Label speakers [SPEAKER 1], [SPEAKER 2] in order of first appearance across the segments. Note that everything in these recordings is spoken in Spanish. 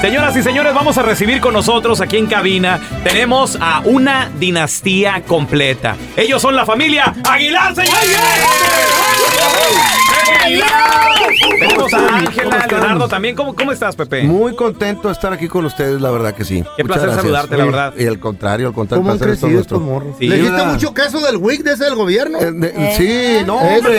[SPEAKER 1] Señoras y señores, vamos a recibir con nosotros aquí en cabina. Tenemos a una dinastía completa. Ellos son la familia Aguilar, señores. Tenemos a Ángela, Leonardo también. ¿Cómo, ¿Cómo estás, Pepe?
[SPEAKER 2] Muy contento de estar aquí con ustedes, la verdad que sí.
[SPEAKER 1] Qué
[SPEAKER 2] Muchas
[SPEAKER 1] placer
[SPEAKER 2] gracias.
[SPEAKER 1] saludarte, la
[SPEAKER 2] Oye,
[SPEAKER 1] verdad.
[SPEAKER 2] Y al contrario, al contrario.
[SPEAKER 3] ¿Cómo han
[SPEAKER 2] placer es todo
[SPEAKER 3] crecido estos
[SPEAKER 2] nuestro.
[SPEAKER 3] morros?
[SPEAKER 1] Sí.
[SPEAKER 3] Le
[SPEAKER 2] ¿verdad?
[SPEAKER 3] hiciste mucho eh, caso del WIC de ese del gobierno.
[SPEAKER 2] Eh, de- Sí, no, hombre.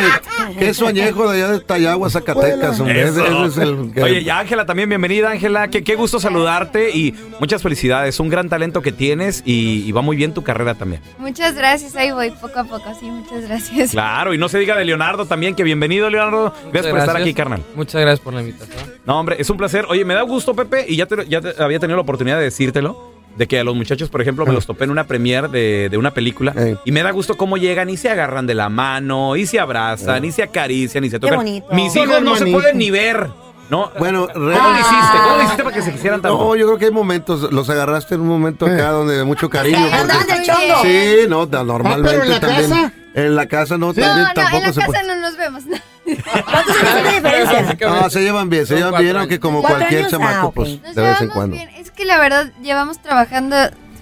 [SPEAKER 2] Queso añejo de allá de Tayagua, Zacatecas. hombre.
[SPEAKER 1] Eso.
[SPEAKER 2] Ese- ese es el que-
[SPEAKER 1] Oye, y Ángela también, bienvenida Ángela, qué, qué gusto saludarte y muchas felicidades, un gran talento que tienes y, y va muy bien tu carrera también.
[SPEAKER 4] Muchas gracias, ahí voy poco a poco, sí, muchas gracias.
[SPEAKER 1] Claro, y no se diga de Leonardo también, que bienvenido Leonardo, gracias por estar aquí carnal.
[SPEAKER 5] Muchas gracias por la invitación.
[SPEAKER 1] No hombre, es un placer, oye, me da gusto Pepe y ya, te, lo- ya te- había tenido la oportunidad de decírtelo. De que a los muchachos, por ejemplo, me los topé en una premier de, de una película
[SPEAKER 2] Ah. Ey.
[SPEAKER 1] y me da gusto cómo llegan y se agarran de la mano y se abrazan y se acarician y se tocan.
[SPEAKER 6] bonito.
[SPEAKER 1] Mis
[SPEAKER 3] Son
[SPEAKER 1] hijos no se
[SPEAKER 3] hermanitos.
[SPEAKER 1] pueden ni ver. No,
[SPEAKER 2] Bueno, ah.
[SPEAKER 1] ¿Cómo lo
[SPEAKER 2] realmente.
[SPEAKER 1] hiciste? ¿Cómo lo hiciste para que se quisieran tanto?
[SPEAKER 2] No, yo creo que hay momentos, los agarraste en un momento
[SPEAKER 3] Eh.
[SPEAKER 2] acá donde de mucho cariño.
[SPEAKER 6] Andaban
[SPEAKER 2] porque-
[SPEAKER 6] de chongo.
[SPEAKER 2] Sí, no, da- normalmente
[SPEAKER 3] Ah, pero en la
[SPEAKER 2] también.
[SPEAKER 3] casa.
[SPEAKER 2] En la casa no,
[SPEAKER 4] No,
[SPEAKER 2] también
[SPEAKER 4] no, en
[SPEAKER 2] tampoco
[SPEAKER 4] la
[SPEAKER 2] se
[SPEAKER 4] casa
[SPEAKER 2] puede.
[SPEAKER 4] no nos vemos. no.
[SPEAKER 6] ¿Cuántos años tiene de diferencia?
[SPEAKER 2] Ah, se llevan bien, se
[SPEAKER 5] Son
[SPEAKER 2] llevan
[SPEAKER 5] cuatro
[SPEAKER 2] bien,
[SPEAKER 5] años.
[SPEAKER 2] aunque como
[SPEAKER 6] ¿Cuatro
[SPEAKER 2] cualquier
[SPEAKER 6] años?
[SPEAKER 2] chamaco,
[SPEAKER 6] Ah, ok.
[SPEAKER 2] pues
[SPEAKER 4] Nos
[SPEAKER 2] de vez en
[SPEAKER 4] llevamos
[SPEAKER 2] cuando.
[SPEAKER 4] bien. Es que la verdad llevamos trabajando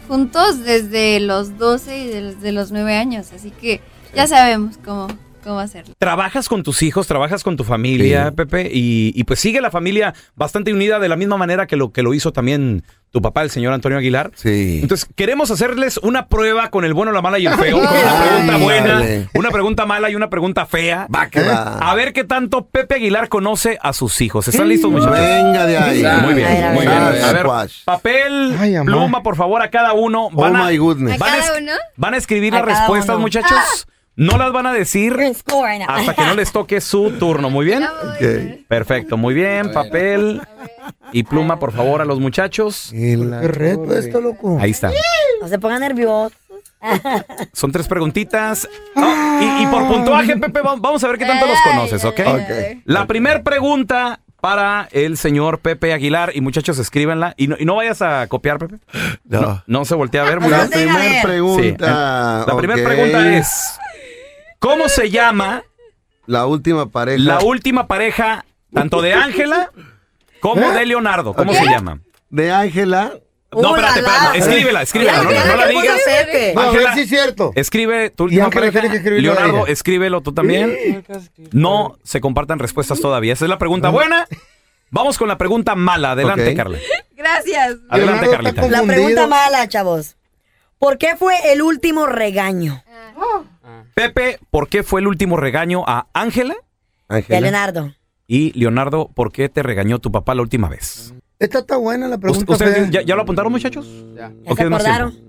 [SPEAKER 4] juntos desde los 12 y desde los 9 años, así que ya sabemos cómo, cómo hacerlo.
[SPEAKER 1] Trabajas con tus hijos, trabajas con tu familia,
[SPEAKER 2] Sí.
[SPEAKER 1] Pepe, y, y pues sigue la familia bastante unida de la misma manera que lo que lo hizo también tu papá, el señor Antonio Aguilar.
[SPEAKER 2] Sí.
[SPEAKER 1] Entonces, queremos hacerles una prueba con el bueno, la mala y el feo.
[SPEAKER 4] Ay,
[SPEAKER 1] una pregunta buena,
[SPEAKER 2] dale.
[SPEAKER 1] una pregunta mala y una pregunta fea.
[SPEAKER 2] Va
[SPEAKER 3] ¿Eh?
[SPEAKER 2] que va.
[SPEAKER 1] A ver qué tanto Pepe Aguilar conoce a sus hijos. ¿Están listos, muchachos?
[SPEAKER 2] Venga de ahí.
[SPEAKER 5] Muy
[SPEAKER 1] bien,
[SPEAKER 6] muy bien.
[SPEAKER 2] Sas,
[SPEAKER 1] A ver.
[SPEAKER 2] Squash.
[SPEAKER 1] Papel,
[SPEAKER 3] Ay, amá.
[SPEAKER 1] pluma, por favor, a cada uno.
[SPEAKER 2] Oh
[SPEAKER 1] Van a,
[SPEAKER 2] my goodness.
[SPEAKER 1] van a
[SPEAKER 4] ¿A cada
[SPEAKER 1] es-
[SPEAKER 4] uno?
[SPEAKER 1] van a escribir
[SPEAKER 6] A
[SPEAKER 1] las
[SPEAKER 6] cada
[SPEAKER 1] respuestas,
[SPEAKER 6] uno.
[SPEAKER 1] muchachos. No las van a decir
[SPEAKER 6] Green score right now.
[SPEAKER 1] hasta que no les toque su turno. Muy bien.
[SPEAKER 4] Ya voy.
[SPEAKER 1] Perfecto, muy bien. Papel y pluma, por favor, a los muchachos.
[SPEAKER 3] Qué reto esto, este, loco.
[SPEAKER 1] Ahí está.
[SPEAKER 6] No se pongan nerviosos.
[SPEAKER 1] Son tres preguntitas. Ah, y, y por puntuaje, Pepe, va- vamos a ver qué tanto los conoces, ¿ok?
[SPEAKER 4] Ay, ay, ay.
[SPEAKER 1] La primera pregunta para el señor Pepe Aguilar. Y muchachos, escríbanla. Y no, y no vayas a copiar, Pepe.
[SPEAKER 2] No.
[SPEAKER 1] No se voltea a ver, muy
[SPEAKER 2] La
[SPEAKER 1] bien.
[SPEAKER 6] Voltea a
[SPEAKER 2] primera
[SPEAKER 6] ver.
[SPEAKER 2] pregunta.
[SPEAKER 1] La primera
[SPEAKER 2] ok.
[SPEAKER 1] pregunta es: ¿Cómo se llama
[SPEAKER 2] La última pareja.
[SPEAKER 1] la última pareja, tanto de Ángela como de Leonardo? ¿Cómo se llama?
[SPEAKER 2] de Ángela.
[SPEAKER 1] No, espérate, espérate. Escríbela, escríbela. No, no, no la digas.
[SPEAKER 3] No, a ver
[SPEAKER 1] Ángela.
[SPEAKER 3] si es cierto.
[SPEAKER 1] Escribe tu
[SPEAKER 3] Y
[SPEAKER 1] última
[SPEAKER 3] Ángela
[SPEAKER 1] pareja.
[SPEAKER 3] tiene que escribirlo a
[SPEAKER 1] Leonardo,
[SPEAKER 3] ella.
[SPEAKER 1] escríbelo tú también. No se compartan respuestas todavía. Esa es la pregunta buena. Vamos con la pregunta mala. Adelante,
[SPEAKER 2] Ok.
[SPEAKER 1] Carla.
[SPEAKER 4] Gracias.
[SPEAKER 1] Adelante,
[SPEAKER 3] Leonardo está
[SPEAKER 6] La
[SPEAKER 1] Carlita.
[SPEAKER 3] Confundido.
[SPEAKER 6] pregunta mala, chavos. ¿Por qué fue el último regaño
[SPEAKER 1] Pepe, ¿por qué fue el último regaño a Ángela?
[SPEAKER 6] de
[SPEAKER 2] Ángela.
[SPEAKER 6] Leonardo?
[SPEAKER 1] Y Leonardo, ¿por qué te regañó tu papá la última vez?
[SPEAKER 3] Esta está buena la pregunta.
[SPEAKER 1] ¿Ustedes
[SPEAKER 3] fea.
[SPEAKER 1] ya, ya lo apuntaron, muchachos?
[SPEAKER 5] Ya.
[SPEAKER 6] ¿Ya
[SPEAKER 1] Ok,
[SPEAKER 6] se
[SPEAKER 1] no sirve.
[SPEAKER 6] acordaron?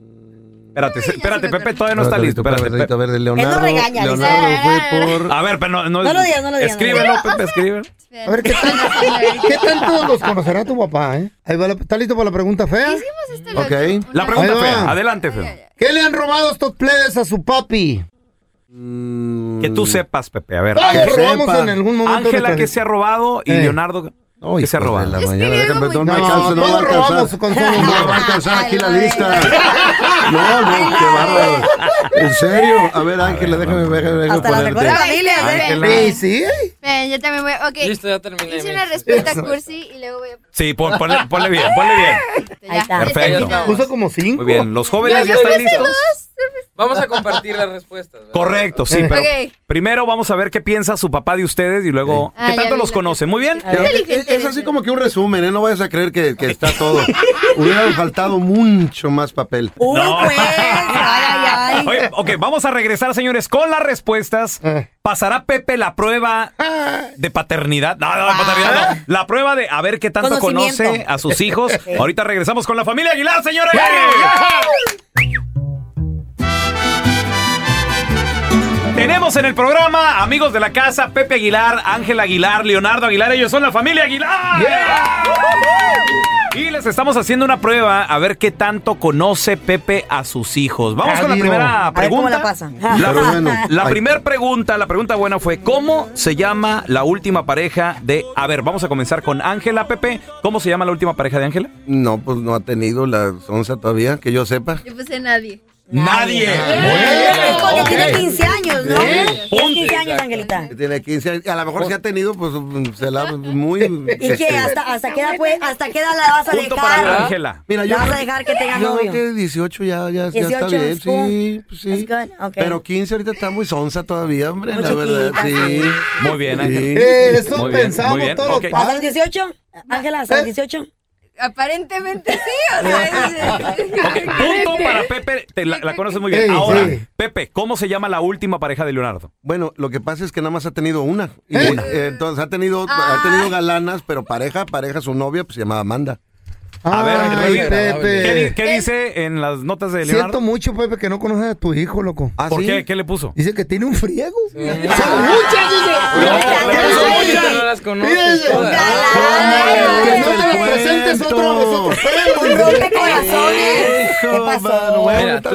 [SPEAKER 1] Espérate,
[SPEAKER 4] ya
[SPEAKER 1] espérate,
[SPEAKER 4] se me
[SPEAKER 1] Pepe todavía no está listo. Espérate,
[SPEAKER 2] Espérate, a
[SPEAKER 1] Pepe.
[SPEAKER 2] ver, de Leonardo.
[SPEAKER 6] regaña, dice.
[SPEAKER 2] Leonardo fue por.
[SPEAKER 1] A ver, pero no, no,
[SPEAKER 6] No lo digas, no lo digas, no lo
[SPEAKER 1] Escríbelo, Pepe, escríbelo.
[SPEAKER 3] A ver, ¿qué, tan- ¿qué tanto los conocerá tu papá, eh? Ahí va la- ¿Está listo para la pregunta fea?
[SPEAKER 2] Ok.
[SPEAKER 1] La pregunta
[SPEAKER 3] Ahí va.
[SPEAKER 1] fea, adelante, fea.
[SPEAKER 3] ¿Qué le han robado estos plebes a su papi?
[SPEAKER 1] Que tú sepas, Pepe, a ver.
[SPEAKER 3] Ah,
[SPEAKER 2] Que
[SPEAKER 3] lo robamos
[SPEAKER 2] sepa.
[SPEAKER 3] en algún momento.
[SPEAKER 1] Ángela
[SPEAKER 3] nuestra-
[SPEAKER 1] que se ha robado y
[SPEAKER 3] Eh.
[SPEAKER 1] Leonardo
[SPEAKER 2] Ay,
[SPEAKER 1] que se ha
[SPEAKER 2] hijo de
[SPEAKER 1] robado.
[SPEAKER 2] la
[SPEAKER 4] Es que
[SPEAKER 2] mañana,
[SPEAKER 4] Diego
[SPEAKER 2] déjame,
[SPEAKER 4] muy-
[SPEAKER 2] todo, no
[SPEAKER 3] No,
[SPEAKER 2] me alcanza, no va a
[SPEAKER 3] todos robamos
[SPEAKER 2] alcanzar.
[SPEAKER 3] su consuelo.
[SPEAKER 2] No va a alcanzar aquí la lista. No, no, qué bárbaro. En serio. A ver, Ángela, déjame déjame, déjame
[SPEAKER 6] Hasta la mejor
[SPEAKER 2] ponerte.
[SPEAKER 6] familia. ¿eh?
[SPEAKER 1] Ángela.
[SPEAKER 3] Sí, sí. eh.
[SPEAKER 4] Esperen, yo también voy. Ok.
[SPEAKER 5] Listo, ya terminé.
[SPEAKER 4] Hice
[SPEAKER 5] mi-
[SPEAKER 4] una respuesta cursi y luego voy a.
[SPEAKER 1] Sí, pon- ponle, ponle bien, ponle bien.
[SPEAKER 4] Ya,
[SPEAKER 6] Ahí está.
[SPEAKER 4] ya
[SPEAKER 1] Perfecto.
[SPEAKER 4] terminó.
[SPEAKER 3] Puso como cinco.
[SPEAKER 1] Muy bien, los jóvenes ya están listos.
[SPEAKER 5] Vamos a compartir las respuestas. ¿verdad?
[SPEAKER 1] Correcto, sí,
[SPEAKER 3] Eh.
[SPEAKER 1] pero
[SPEAKER 4] Ok.
[SPEAKER 1] primero vamos a ver qué piensa su papá de ustedes y luego
[SPEAKER 4] Ah,
[SPEAKER 1] qué
[SPEAKER 4] ya
[SPEAKER 1] tanto
[SPEAKER 4] vi
[SPEAKER 1] los
[SPEAKER 4] la-
[SPEAKER 1] conoce. Muy bien.
[SPEAKER 2] Ya, es,
[SPEAKER 4] inteligente,
[SPEAKER 2] es así
[SPEAKER 4] Ángela.
[SPEAKER 2] como que un resumen, ¿eh? No vayas a creer que, que está todo. Hubiera faltado mucho más papel.
[SPEAKER 6] Uy, pues. Ay, ay, ay.
[SPEAKER 1] Oye, ok, vamos a regresar, señores, con las respuestas.
[SPEAKER 3] Eh.
[SPEAKER 1] ¿Pasará Pepe la prueba de paternidad? No, no, de paternidad
[SPEAKER 4] Ah.
[SPEAKER 1] no. La prueba de a ver qué tanto
[SPEAKER 6] Conocimiento.
[SPEAKER 1] conoce a sus hijos. Ahorita regresamos con la familia Aguilar, señores. Tenemos en el programa amigos de la casa, Pepe Aguilar, Ángel Aguilar, Leonardo Aguilar, ellos son la familia Aguilar. Y les estamos haciendo una prueba a ver qué tanto conoce Pepe a sus hijos. Vamos con la
[SPEAKER 3] Adiós.
[SPEAKER 1] primera
[SPEAKER 6] A ver cómo
[SPEAKER 1] pregunta.
[SPEAKER 6] la pasa.
[SPEAKER 1] La,
[SPEAKER 2] Pero bueno. Ay.
[SPEAKER 1] primera pregunta, la pregunta buena fue, ¿cómo se llama la última pareja de... A ver, vamos a comenzar con Ángela, Pepe. ¿Cómo se llama la última pareja de Ángela?
[SPEAKER 2] No, pues no ha tenido la onza todavía, que yo sepa.
[SPEAKER 4] Yo puse nadie.
[SPEAKER 1] Nadie.
[SPEAKER 6] Es porque tiene 15 años, ¿no? Tiene
[SPEAKER 1] Ponte.
[SPEAKER 6] 15 años, Angelita.
[SPEAKER 2] Tiene 15 años. A lo mejor sí ha tenido, pues se la muy.
[SPEAKER 6] ¿Y qué?
[SPEAKER 2] este,
[SPEAKER 6] ¿Hasta, hasta qué edad fue? ¿Hasta qué edad la vas a
[SPEAKER 1] Punto para
[SPEAKER 6] dejar?
[SPEAKER 1] Ángela.
[SPEAKER 2] Mira,
[SPEAKER 6] ¿La
[SPEAKER 2] yo.
[SPEAKER 6] vas
[SPEAKER 2] creo
[SPEAKER 6] a dejar que tenga
[SPEAKER 2] yo creo
[SPEAKER 6] novio?
[SPEAKER 2] que 18 ya, ya, ya
[SPEAKER 6] 18
[SPEAKER 2] está bien.
[SPEAKER 6] es cool.
[SPEAKER 2] Sí, pues, sí.
[SPEAKER 6] It's good, ok.
[SPEAKER 2] Pero 15 ahorita está muy sonza todavía, hombre,
[SPEAKER 6] Muy
[SPEAKER 2] la verdad.
[SPEAKER 6] chiquita,
[SPEAKER 2] Sí.
[SPEAKER 1] Muy bien, Ángela.
[SPEAKER 3] Eh,
[SPEAKER 1] Muy
[SPEAKER 3] Eso
[SPEAKER 1] bien, muy
[SPEAKER 3] pensamos
[SPEAKER 1] bien,
[SPEAKER 3] todos
[SPEAKER 1] ok.
[SPEAKER 3] los
[SPEAKER 6] ¿Hasta los
[SPEAKER 3] padres.
[SPEAKER 6] 18? Ángela, ¿hasta los 18?
[SPEAKER 4] Aparentemente sí, o sea. es-
[SPEAKER 1] Ok, punto para Pepe. Te la, la conoces muy bien.
[SPEAKER 3] Sí,
[SPEAKER 1] Ahora,
[SPEAKER 3] sí.
[SPEAKER 1] Pepe, ¿cómo se llama la última pareja de Leonardo?
[SPEAKER 2] Bueno, lo que pasa es que nada más ha tenido una. Y,
[SPEAKER 3] ¿Eh?
[SPEAKER 2] eh, entonces ha tenido, ha tenido galanas, pero pareja, pareja, su novia, pues se llamaba Amanda.
[SPEAKER 1] A ver,
[SPEAKER 3] Ay,
[SPEAKER 1] Pepe, ¿Qué, di-
[SPEAKER 3] Pepe.
[SPEAKER 1] qué dice en las notas de Leonardo?
[SPEAKER 3] Siento mucho, Pepe, que no conoces a tu hijo, loco.
[SPEAKER 2] ¿Ah,
[SPEAKER 1] ¿Por
[SPEAKER 2] sí?
[SPEAKER 1] qué? ¿Qué le puso?
[SPEAKER 3] Dice que tiene un friego. Son muchas,
[SPEAKER 5] No,
[SPEAKER 3] dice.
[SPEAKER 5] no, no las conoces
[SPEAKER 3] Fíjese.
[SPEAKER 5] todas. Ah,
[SPEAKER 3] Tómale, que Ah, no te lo
[SPEAKER 2] Cuento.
[SPEAKER 3] presentes otro, es otro
[SPEAKER 6] Un
[SPEAKER 3] pedo.
[SPEAKER 6] rompecorazones. ¿Qué pasó?
[SPEAKER 5] Mira, tú,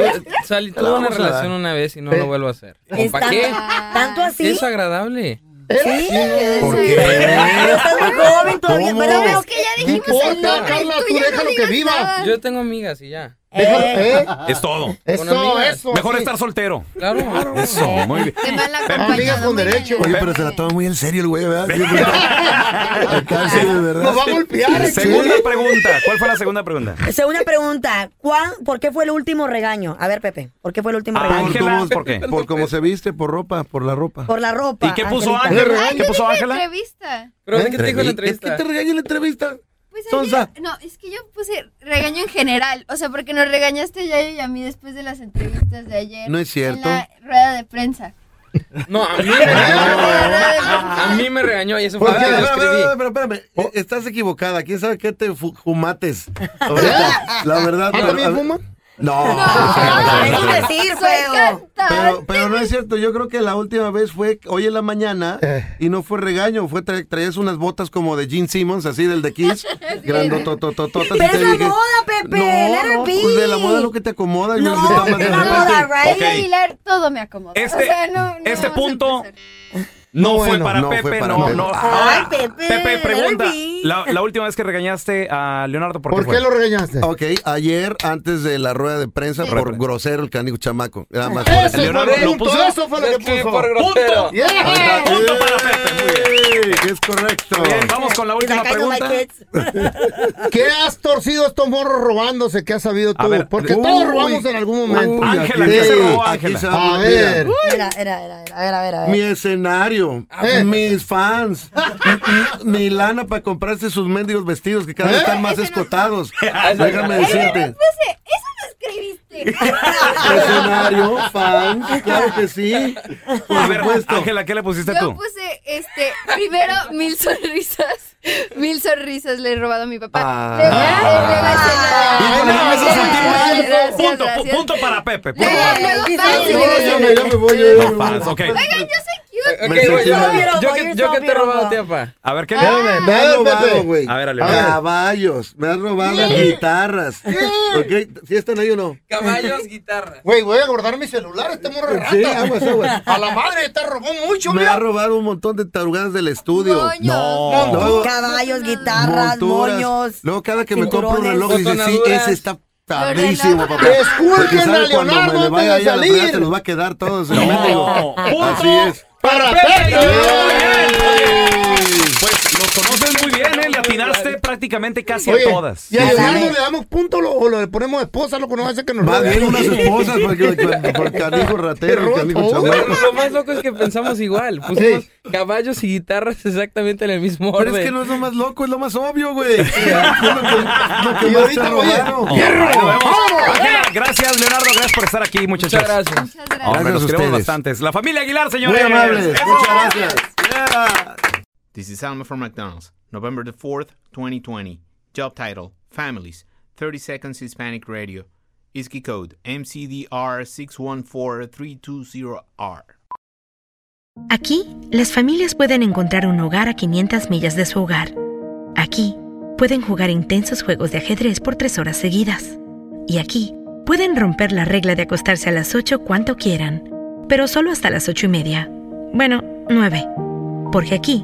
[SPEAKER 5] salí,
[SPEAKER 2] la
[SPEAKER 5] tuve una
[SPEAKER 2] vamos a dar.
[SPEAKER 5] relación una vez y no lo vuelvo a hacer.
[SPEAKER 6] ¿Es
[SPEAKER 5] ¿Para
[SPEAKER 6] tanto,
[SPEAKER 5] qué?
[SPEAKER 6] tanto así?
[SPEAKER 5] Es agradable.
[SPEAKER 6] Sí.
[SPEAKER 3] ¿Eh?
[SPEAKER 2] ¿Por
[SPEAKER 6] Pero
[SPEAKER 2] qué?
[SPEAKER 6] estás muy joven todavía,
[SPEAKER 2] ¿Cómo?
[SPEAKER 6] pero veo
[SPEAKER 4] Es que ya
[SPEAKER 3] No
[SPEAKER 4] dijimos el
[SPEAKER 3] importa,
[SPEAKER 4] nombre.
[SPEAKER 3] Carla,
[SPEAKER 4] tú
[SPEAKER 3] tú
[SPEAKER 4] ya no
[SPEAKER 3] déjalo que
[SPEAKER 4] digas
[SPEAKER 3] viva.
[SPEAKER 4] nada.
[SPEAKER 5] Yo tengo amigas y ya.
[SPEAKER 3] Déjalo, ¿eh?
[SPEAKER 1] Es todo.
[SPEAKER 5] Con
[SPEAKER 3] Eso,
[SPEAKER 5] amigas.
[SPEAKER 3] eso.
[SPEAKER 1] Mejor
[SPEAKER 3] sí.
[SPEAKER 1] estar soltero.
[SPEAKER 5] Claro.
[SPEAKER 1] Eso, muy bien.
[SPEAKER 4] Te mal
[SPEAKER 3] Amigas
[SPEAKER 4] acompañado,
[SPEAKER 3] con
[SPEAKER 4] muy
[SPEAKER 3] derecho.
[SPEAKER 4] bien.
[SPEAKER 2] Oye, pero se la toma muy en serio el güey, ¿verdad? Sí, porque- Acá sí, de verdad.
[SPEAKER 3] Nos va a golpear. eh,
[SPEAKER 1] Segunda
[SPEAKER 3] sí.
[SPEAKER 1] pregunta. ¿Cuál fue la segunda pregunta?
[SPEAKER 6] Segunda pregunta, ¿cuán, ¿por qué fue el último regaño? A ver, Pepe, ¿por qué fue el último
[SPEAKER 1] Ah,
[SPEAKER 6] regaño?
[SPEAKER 2] Por
[SPEAKER 1] Ángela,
[SPEAKER 2] cómo-
[SPEAKER 1] ¿por qué?
[SPEAKER 2] Por cómo se viste, por ropa, por la ropa.
[SPEAKER 6] Por la ropa.
[SPEAKER 1] ¿Y qué puso
[SPEAKER 6] Angelita.
[SPEAKER 1] Ángela?
[SPEAKER 4] Ay,
[SPEAKER 1] ¿Qué
[SPEAKER 4] yo
[SPEAKER 1] puso
[SPEAKER 4] dije
[SPEAKER 1] Ángela?
[SPEAKER 4] entrevista.
[SPEAKER 5] Pero ¿de ¿qué te dijo en la entrevista?
[SPEAKER 2] Es que ¿Eh? te regaña en la entrevista.
[SPEAKER 4] Pues ahí
[SPEAKER 2] Sonsa.
[SPEAKER 4] yo- no, es que yo puse regaño en general. O sea, porque nos regañaste ya y a mí después de las entrevistas de ayer.
[SPEAKER 2] No es cierto.
[SPEAKER 4] En la rueda de prensa.
[SPEAKER 5] No, a mí me
[SPEAKER 4] En
[SPEAKER 5] regañó.
[SPEAKER 4] la rueda de
[SPEAKER 2] ah,
[SPEAKER 4] prensa.
[SPEAKER 5] A mí me regañó y eso fue
[SPEAKER 2] Porque,
[SPEAKER 5] lo que yo
[SPEAKER 2] espérame, espérame,
[SPEAKER 5] escribí. Oh.
[SPEAKER 2] espérame, espérame. Eh, Estás equivocada. ¿Quién sabe qué te fu- fumates? Ahorita. La verdad.
[SPEAKER 3] ¿Ah,
[SPEAKER 2] no-
[SPEAKER 3] también
[SPEAKER 2] a-
[SPEAKER 3] fuman?
[SPEAKER 2] No.
[SPEAKER 6] Ah, eso es decir, feo.
[SPEAKER 2] Pero, pero no es cierto. Yo creo que la última vez fue hoy en la mañana
[SPEAKER 3] Eh.
[SPEAKER 2] y no fue regaño. Fue tra- traías unas botas como de Gene Simmons, así del de Kiss. grandotototototas, y
[SPEAKER 6] Pero
[SPEAKER 2] te
[SPEAKER 6] es la
[SPEAKER 2] dije,
[SPEAKER 6] moda, Pepe,
[SPEAKER 2] No,
[SPEAKER 6] let
[SPEAKER 2] no,
[SPEAKER 6] it be.
[SPEAKER 2] pues de la moda lo que te acomoda. y
[SPEAKER 6] No,
[SPEAKER 2] me tomas de
[SPEAKER 6] es la
[SPEAKER 2] repente.
[SPEAKER 6] moda, right?
[SPEAKER 1] Ok.
[SPEAKER 4] Aguilar, todo me acomoda.
[SPEAKER 1] Este-
[SPEAKER 4] O sea, no- no
[SPEAKER 1] este
[SPEAKER 4] vamos a
[SPEAKER 1] punto-
[SPEAKER 4] empezar.
[SPEAKER 1] No, fue
[SPEAKER 2] bueno,
[SPEAKER 1] para
[SPEAKER 2] no
[SPEAKER 1] Pepe,
[SPEAKER 2] fue para
[SPEAKER 1] no,
[SPEAKER 2] Pepe.
[SPEAKER 1] no.
[SPEAKER 6] Ay,
[SPEAKER 1] Ahora,
[SPEAKER 6] Pepe,
[SPEAKER 1] Pepe, pregunta.
[SPEAKER 6] Barbie.
[SPEAKER 1] La, la última vez que regañaste a Leonardo, ¿por qué
[SPEAKER 3] ¿Por
[SPEAKER 1] fue?
[SPEAKER 3] qué lo regañaste?
[SPEAKER 2] Ok, ayer, antes de la rueda de prensa, por grosero el canico chamaco. Nada más.
[SPEAKER 3] Eso fue
[SPEAKER 1] Leonardo
[SPEAKER 3] lo
[SPEAKER 1] lo
[SPEAKER 3] que puso,
[SPEAKER 1] puso.
[SPEAKER 3] Eso fue lo
[SPEAKER 5] Es
[SPEAKER 3] que
[SPEAKER 5] que
[SPEAKER 3] puso.
[SPEAKER 5] por grosero.
[SPEAKER 3] Yeah.
[SPEAKER 1] Punto para Pepe, muy bien.
[SPEAKER 2] Ey, Eh, Es correcto.
[SPEAKER 1] Bien, vamos con la
[SPEAKER 6] It's
[SPEAKER 1] última
[SPEAKER 6] like I know my
[SPEAKER 1] pregunta.
[SPEAKER 6] kids.
[SPEAKER 3] ¿Qué has torcido estos morros robándose? ¿Qué has sabido
[SPEAKER 1] A
[SPEAKER 3] tú?
[SPEAKER 1] ver,
[SPEAKER 3] Porque
[SPEAKER 1] uy.
[SPEAKER 3] todos robamos en algún momento.
[SPEAKER 2] Uy,
[SPEAKER 1] Ángela,
[SPEAKER 2] aquí-
[SPEAKER 1] ¿qué se robó
[SPEAKER 2] aquí
[SPEAKER 1] Ángela?
[SPEAKER 2] se-
[SPEAKER 3] A ver.
[SPEAKER 6] Era, era, era, era, a ver, a ver, a
[SPEAKER 2] Mi
[SPEAKER 6] ver.
[SPEAKER 2] escenario,
[SPEAKER 3] Eh.
[SPEAKER 2] mis fans, m- m- mi lana para comprarse sus mendigos vestidos que cada
[SPEAKER 3] ¿Eh?
[SPEAKER 2] vez están más escotados. Déjame decirte.
[SPEAKER 4] Puse, eso lo escribiste.
[SPEAKER 2] Escenario, fans, claro que sí.
[SPEAKER 1] A
[SPEAKER 2] Por
[SPEAKER 1] ver,
[SPEAKER 2] supuesto.
[SPEAKER 1] Ángela, ¿qué le pusiste
[SPEAKER 4] Yo
[SPEAKER 1] tú?
[SPEAKER 4] puse, este, primero mil sonrisas. Mil sonrisas le he robado a mi papá.
[SPEAKER 2] Ah.
[SPEAKER 4] Le- le- le- le-
[SPEAKER 1] Ah, eso es un
[SPEAKER 4] gracias,
[SPEAKER 1] tipo-
[SPEAKER 4] gracias,
[SPEAKER 1] punto, pu-
[SPEAKER 4] gracias.
[SPEAKER 1] punto para Pepe. punto
[SPEAKER 4] Luego-
[SPEAKER 1] para Pepe.
[SPEAKER 6] No,
[SPEAKER 4] luego fácil.
[SPEAKER 3] yo me, yo me voy, yo, yo me voy.
[SPEAKER 1] Paz, ok.
[SPEAKER 4] Oigan, yo soy
[SPEAKER 5] Ok,
[SPEAKER 2] Me
[SPEAKER 4] cute.
[SPEAKER 5] güey,
[SPEAKER 2] sentí
[SPEAKER 5] yo,
[SPEAKER 2] mal.
[SPEAKER 5] yo que-
[SPEAKER 6] You're
[SPEAKER 5] yo
[SPEAKER 6] so
[SPEAKER 5] que te he robado a ti,
[SPEAKER 6] beautiful.
[SPEAKER 5] papá.
[SPEAKER 1] A ver, ¿qué le-
[SPEAKER 3] Espérame,
[SPEAKER 4] Ah.
[SPEAKER 2] Me
[SPEAKER 3] me
[SPEAKER 2] has
[SPEAKER 3] has
[SPEAKER 2] robado,
[SPEAKER 3] Pepe.
[SPEAKER 2] güey.
[SPEAKER 1] A ver, Ale,
[SPEAKER 3] a ver.
[SPEAKER 2] Caballos. Me has robado las guitarras. ¿Ok? ¿Sí están ahí o no?
[SPEAKER 5] Caballos, guitarra.
[SPEAKER 3] Güey, voy a guardar mi celular, este morro rata.
[SPEAKER 2] Sí, aguas, aguas.
[SPEAKER 3] A la madre, te robó mucho,
[SPEAKER 2] Me ha
[SPEAKER 3] mira.
[SPEAKER 2] robado un montón de tarugadas del estudio.
[SPEAKER 4] Moños.
[SPEAKER 1] No.
[SPEAKER 2] Luego,
[SPEAKER 6] Caballos, guitarras,
[SPEAKER 2] monturas.
[SPEAKER 6] moños.
[SPEAKER 2] Luego cada que me compro un
[SPEAKER 6] cinturones.
[SPEAKER 2] reloj dice, sí,
[SPEAKER 5] Botonaduras.
[SPEAKER 2] ese está padrísimo, papá.
[SPEAKER 3] Esculquen
[SPEAKER 2] Porque
[SPEAKER 3] a
[SPEAKER 2] sabe cuando me
[SPEAKER 3] Leonardo
[SPEAKER 2] le
[SPEAKER 3] antes
[SPEAKER 2] vaya
[SPEAKER 3] de
[SPEAKER 2] ahí a la fregada,
[SPEAKER 3] salir.
[SPEAKER 2] se los va a quedar todos en
[SPEAKER 1] No.
[SPEAKER 2] medio.
[SPEAKER 1] Punto
[SPEAKER 2] Así es.
[SPEAKER 3] Para
[SPEAKER 1] Pepe. Muy
[SPEAKER 3] Pepe.
[SPEAKER 1] bien, oye. Pues los conoces muy bien, ¿eh? Le atinaste prácticamente casi a todas.
[SPEAKER 3] ¿y a Leonardo le damos punto lo- o le ponemos esposa, lo que no hace que nos
[SPEAKER 2] Más
[SPEAKER 3] robe?
[SPEAKER 2] bien unas esposas porque, porque, porque canijo ratero,
[SPEAKER 3] Te
[SPEAKER 2] canijo
[SPEAKER 3] robó.
[SPEAKER 2] chamaco.
[SPEAKER 5] Pero lo más loco es que pensamos igual. Pusimos caballos y guitarras exactamente en el mismo orden.
[SPEAKER 2] Pero es que no es lo más loco, es lo más obvio, güey. Es lo que,
[SPEAKER 3] Y
[SPEAKER 2] lo que más te
[SPEAKER 3] ahorita voy a-
[SPEAKER 2] robaron.
[SPEAKER 1] Ahí nos vemos. Ángela, Gracias, Leonardo. Gracias por estar aquí, muchachos.
[SPEAKER 5] Muchas gracias.
[SPEAKER 4] Muchas
[SPEAKER 1] Hombre,
[SPEAKER 4] gracias.
[SPEAKER 2] Gracias a
[SPEAKER 1] los queremos
[SPEAKER 2] ustedes.
[SPEAKER 1] bastantes. La familia Aguilar,
[SPEAKER 2] Muy
[SPEAKER 1] señores.
[SPEAKER 2] amables.
[SPEAKER 1] ¡Eso!
[SPEAKER 2] Muchas gracias. Yeah.
[SPEAKER 7] This is Alma from McDonald's, November the 4th, 2020. Job title Families, 30 Seconds Hispanic Radio. ISKI code MCDR614320R.
[SPEAKER 8] Aquí, las familias pueden encontrar un hogar a 500 millas de su hogar. Aquí, pueden jugar intensos juegos de ajedrez por tres horas seguidas. Y aquí, pueden romper la regla de acostarse a las 8 cuanto quieran, pero solo hasta las 8 y media. Bueno, 9. Porque aquí,